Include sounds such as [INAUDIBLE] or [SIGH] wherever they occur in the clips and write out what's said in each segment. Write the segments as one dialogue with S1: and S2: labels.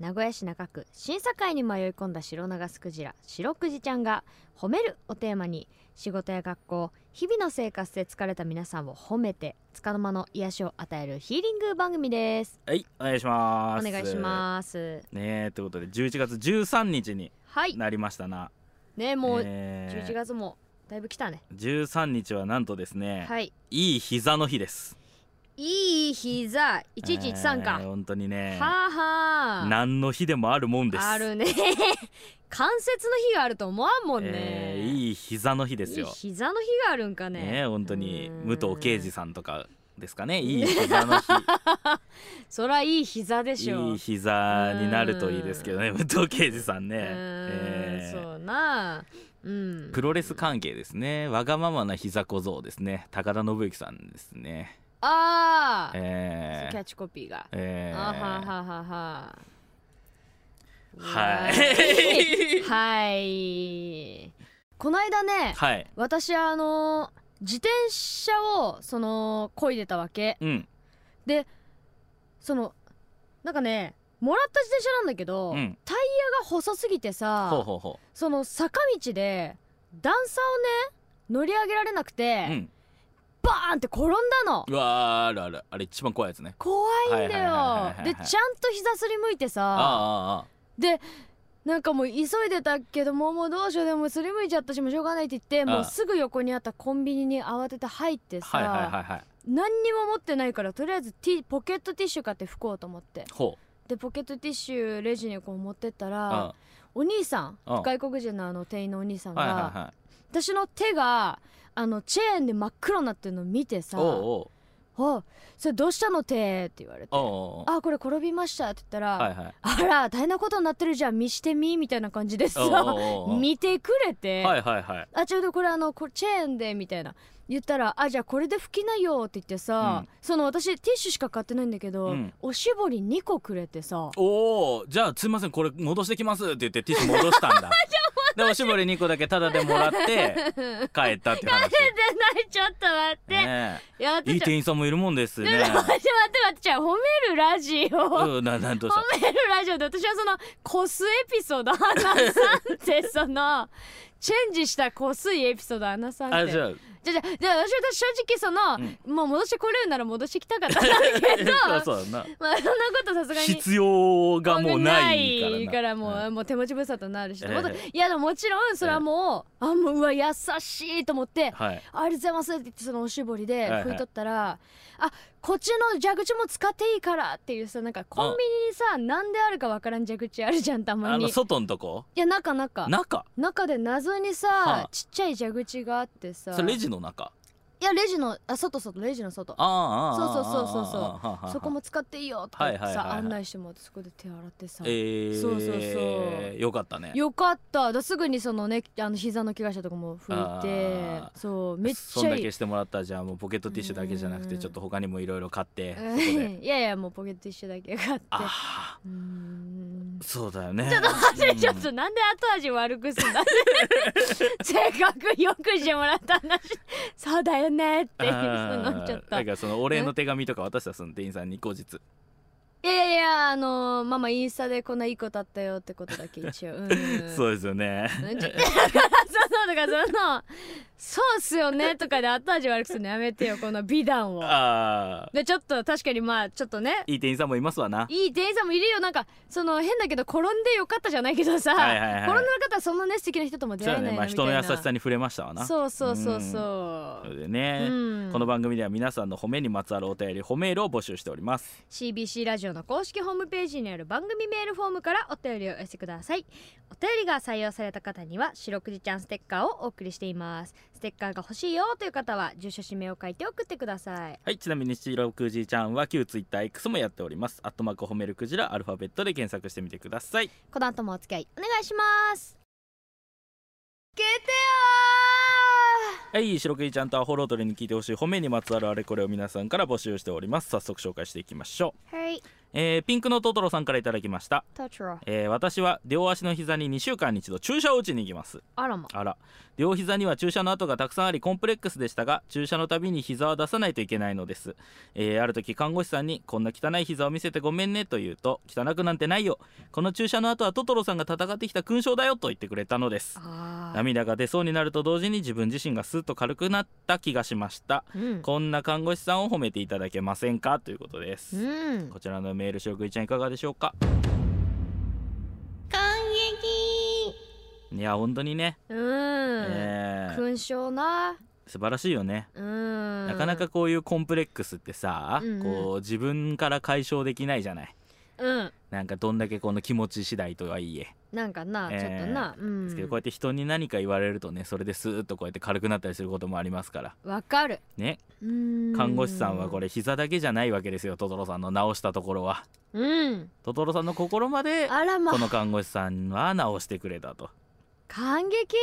S1: 名古屋市中区審査会に迷い込んだ白長スクジラ白くじちゃんが「褒める」をテーマに仕事や学校日々の生活で疲れた皆さんを褒めて束の間の癒しを与えるヒーリング番組です
S2: はいお願いしま
S1: お
S2: す
S1: 願いします
S2: すねえということで11月13日に
S1: はい
S2: なりましたな、
S1: ねもう
S2: えー
S1: 11月もだいぶ来たね
S2: 13日はなんとですね、
S1: はい
S2: い、い膝の日です
S1: いい膝1113か、
S2: えー本当にね
S1: はあはあ
S2: 何の日でもあるもんです
S1: あるね [LAUGHS] 関節の日があると思わんもんね、
S2: えー
S1: い
S2: いい膝の日ですよ
S1: 膝の日があるんかね
S2: ねえ本当に
S1: うん
S2: 武藤敬司さんとかですかねいい膝の日
S1: そらいい膝 [LAUGHS] でしょ
S2: いい膝になるといいですけどね武藤敬司さんね、
S1: うーん
S2: えー
S1: そうなうん
S2: プロレス関係ですねわがままな膝小僧ですね高田信之さんですね
S1: ああ、
S2: え
S1: キャ
S2: ー
S1: ッチコピーが、
S2: えー
S1: あはははは
S2: はい [LAUGHS]
S1: はいこないだね
S2: はい
S1: 私あの自転車をその漕いでたわけ
S2: うん
S1: そのなんかねもらった自転車なんだけど、
S2: うん
S1: タイヤが細すぎてさ
S2: ほうほうほ
S1: その坂道で段差をね乗り上げられなくて
S2: う、うん
S1: バーンって転んだの
S2: うわーあるあるあれ一番怖いやつね
S1: 怖いんだ
S2: はいはいはいはい
S1: よ
S2: はい
S1: でちゃんと膝すりむいてさ
S2: あ
S1: でなんかもう急いでたけどもうもうどうしようでもすりむいちゃったしもうしょうがないって言ってもうすぐ横にあったコンビニに慌てて入って
S2: あああはいはいは
S1: さ
S2: いはい
S1: 何にも持ってないからとりあえずティポケットティッシュ買って拭こうと思って
S2: ほう
S1: でポケットティッシュレジにこう持ってった
S2: うん
S1: らお兄さん
S2: うん
S1: 外国人のあの店員のお兄さん
S2: はいはい
S1: が
S2: はい
S1: 私の手があのチェーンで真っ黒になってるのを見てさ「
S2: おうおう
S1: あそれどうしたの手」って言われて「
S2: おう
S1: あ
S2: おう
S1: これ転びました」って言ったら「
S2: はいはい
S1: あら大変なことになってるじゃん見してみ」みたいな感じで
S2: おう
S1: さ
S2: おうおう
S1: [LAUGHS] 見てくれて「
S2: はいはいはい
S1: あちょうどこれあのこれチェーンで」みたいな言ったら「あじゃあこれで拭きなよ」って言ってさ、
S2: うん
S1: その私ティッシュしか買ってないんだけど、
S2: うん
S1: おしぼり2個くれてさ
S2: おおじゃあすいませんこれ戻してきますって言ってティッシュ戻した
S1: [LAUGHS]
S2: んだでおしぼり2個だけタダでもらって帰ったって話
S1: で [LAUGHS] ないちょっと待って、
S2: ね
S1: やっ
S2: [LAUGHS] えいい
S1: てちゃう
S2: 店員さんもいるもんですね
S1: ちょっと [LAUGHS] 待って待って待ってちゃう褒めるラジオ、褒
S2: うんななんどうした
S1: めるラジオで私はそのコスエピソード話さんってその [LAUGHS] チェンジしたコスいエピソード話さんっ
S2: あ
S1: て
S2: じゃあ
S1: じゃあじゃあじゃあ私は正直その、もう戻してこれるなら戻してきたかったんだけど
S2: [LAUGHS] そうそうだな
S1: まあそんなことさすがに
S2: 必要がもうないから
S1: ない
S2: な
S1: からもう,、
S2: ん
S1: もう手持ち無沙汰になるし、
S2: ええ
S1: もっといやでももちろんそれはもう、あもううわ優しいと思って、
S2: はい
S1: ありがとうございますって言ってそのおしぼりで
S2: いはい
S1: 拭いとったら、あこっちの蛇口も使っていいからっていうさなんかコンビニにさ何であるかわからん蛇口あるじゃんた
S2: あ
S1: まに
S2: の
S1: い
S2: 外のとこ
S1: や中中
S2: 中
S1: 中で謎にさ、
S2: はあ
S1: ちっちゃい蛇口があってさ
S2: それレジの中
S1: いやレジのあ外外レジの外
S2: ああああ
S1: そうそうそうそうそう
S2: ああああああ
S1: そこも使っていいよとか言ってさ、
S2: はいはいはいはい
S1: 案内してもらってそこで手洗ってさ、
S2: えー、
S1: そうそうそう
S2: よかったね
S1: よかっただすぐにそのねあの膝の怪我したとこも拭いて
S2: あ
S1: そうめっ
S2: そ
S1: ち
S2: ん
S1: ゃ
S2: だ
S1: いい
S2: けしてもらったらじゃあもうポケットティッシュだけじゃなく
S1: う
S2: て
S1: ん
S2: ちょっと他にもいろいろ買ってそこ
S1: うん [LAUGHS]
S2: で
S1: いやいやもうポケットティッシュだけ買って
S2: ああ
S1: うーん
S2: そうだよね
S1: ちょっと待ってちょっ
S2: うん
S1: となんで後味悪くすんだせっかくよくしてもらった話そうだよねっていうそ
S2: [LAUGHS]
S1: のちょっと
S2: なん
S1: い
S2: かそのお礼の手紙とか渡したらその店員さんに後日
S1: やいやいやあのーママインスタでこんないいことあったよってことだけ一応うん [LAUGHS]
S2: そうですよね
S1: うんちょっとだからそのだからそのそうっすよねとかで後味悪くするのやめてよこの美談を
S2: ああ
S1: でちょっと確かにまあちょっとね
S2: いい店員さんもいますわない
S1: い店員さんもいるよなんかその変だけど転んでよかったじゃないけどさ、
S2: はいはいはい
S1: 転んでなかったらそんなね素敵な人とも出
S2: そう
S1: 会え
S2: だ
S1: ない
S2: ねまあ
S1: なみ
S2: 人
S1: たい
S2: の
S1: な
S2: 優しさに触れましたわな
S1: そうそうそう
S2: そ
S1: そう
S2: れでね、
S1: うん
S2: この番組では皆さんの褒めにまつわるお便り褒めールを募集しております
S1: CBC ラジオの公式ホームページにある番組メールフォームからお便りをお寄せくださいお便りが採用された方には白くじちゃんステッカーをお送りしていますステッカーが欲しいよという方は住所氏名を書いて送ってください
S2: はいちなみに白くじちゃんは旧 TwitterX もやっておりますアットマーク褒めるクジラアルファベットで検索してみてください
S1: この後もお付き合いお願いします聞けてよー
S2: はい白くじちゃんとアホロートルに聞いてほしい褒めにまつわるあれこれを皆さんから募集しております早速紹介していきましょう、
S1: はい
S2: えーピンクのトトロさんからいただきました、
S1: トトロ
S2: えー私は両足の膝に2週間に一度注射を打ちに行きます
S1: あらま
S2: あら両膝には注射の跡がたくさんありコンプレックスでしたが注射のたびに膝は出さないといけないのです、えーある時看護師さんに「こんな汚い膝を見せてごめんね」と言うと「汚くなんてないよこの注射の跡はトトロさんが戦ってきた勲章だよ」と言ってくれたのです
S1: あー
S2: 涙が出そうになると同時に自分自身がスッと軽くなった気がしました
S1: うん
S2: こんな看護師さんを褒めていただけませんかということです、
S1: うん
S2: こちらのメール白くいちゃんいかがでしょうか
S3: 感激
S2: いや本当にね、
S1: うん
S2: えー
S1: 勲章な
S2: 素晴らしいよね
S1: うん
S2: なかなかこういうコンプレックスってさ、
S1: うんうん
S2: こう自分から解消できないじゃない
S1: うん
S2: なんかどんだけこの気持ち次第とはいえ、
S1: なんかな
S2: えー
S1: ちょっとなうん
S2: ですけどこうやって人に何か言われるとねそれですーっとこうやって軽くなったりすることもありますから
S1: わかる
S2: ね
S1: うん
S2: 看護師さんはこれ膝だけじゃないわけですよトトロさんの治したところは
S1: うん
S2: トトロさんの心まで
S1: あらま
S2: この看護師さんは治してくれたと
S1: 感激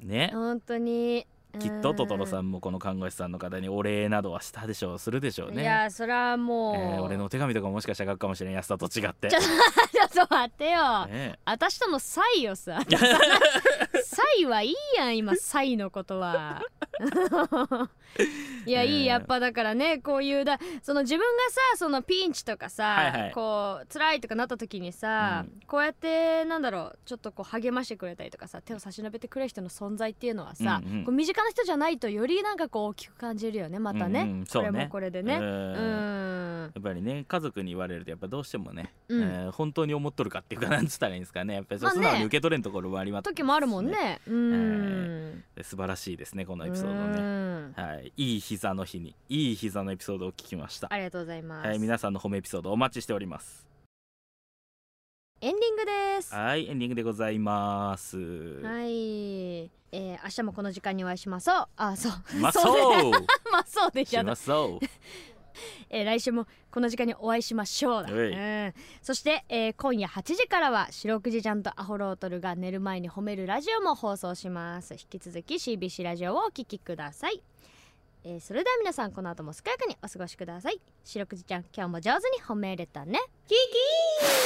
S2: ね
S1: 本当に
S2: きっとトトロさ
S1: ん
S2: んもこの看護師さんの方にお礼などはしたでしょうするでしょう
S1: い
S2: ね
S1: やそれは
S2: え
S1: もう、
S2: ー俺のお手紙とかもしかしたら書くかもしれん安田と違って
S1: ちょっ [LAUGHS] ちょっと待ってよ、
S2: ね
S1: 私とのサイ
S2: [LAUGHS]
S1: をさサイはいいやん今サイのこ
S2: [LAUGHS]
S1: とはいや、
S2: ねえ
S1: いいやっぱだからねこういうだその自分がさそのピンチとかさ、
S2: はいはい
S1: こう辛いとかなった時にさ、こうやってなんだろうちょっとこう励ましてくれたりとかさ手を差し伸べてくれる人の存在っていうのはさ、
S2: うんうん
S1: こう身近な人じゃないとよりなんかこう大きく感じるよねまたね,、
S2: うんうん
S1: こ
S2: そうね
S1: れもこれでね
S2: う
S1: うんん
S2: やっぱりね家族に言われるとやっぱどうしてもね、
S1: うん
S2: えー本当に思っとるかっていうかなんつったらいいんですかねやっぱりそう
S1: まあ
S2: 素
S1: ね
S2: 直に受け取れんところもあります
S1: 時もあるもんねうん、
S2: 素晴らしいですねこのエピソードね、
S1: ね
S2: はい、いい膝の日にいい膝のエピソードを聞きました
S1: ありがとうございます、
S2: はい皆さんの褒めエピソードお待ちしております
S1: エンディングですは
S2: はいエンディングでございます
S1: い、えー、明日もこの時間にお会いしましょうあそう
S2: ま
S1: そう
S2: そう
S1: で [LAUGHS] まあそうでし
S2: し
S1: ょ
S2: ま
S1: [LAUGHS]
S2: そう
S1: えー来週もこの時間にお会いしましょうだ、
S2: おい
S1: うん、そして、えー今夜8時からは白くじちゃんとアホロートルが寝る前に褒めるラジオも放送します引き続き CBC ラジオをお聞きください、えーそれでは皆さんこの後も健やかにお過ごしください白くじちゃん今日も上手に褒めれたね
S3: キキー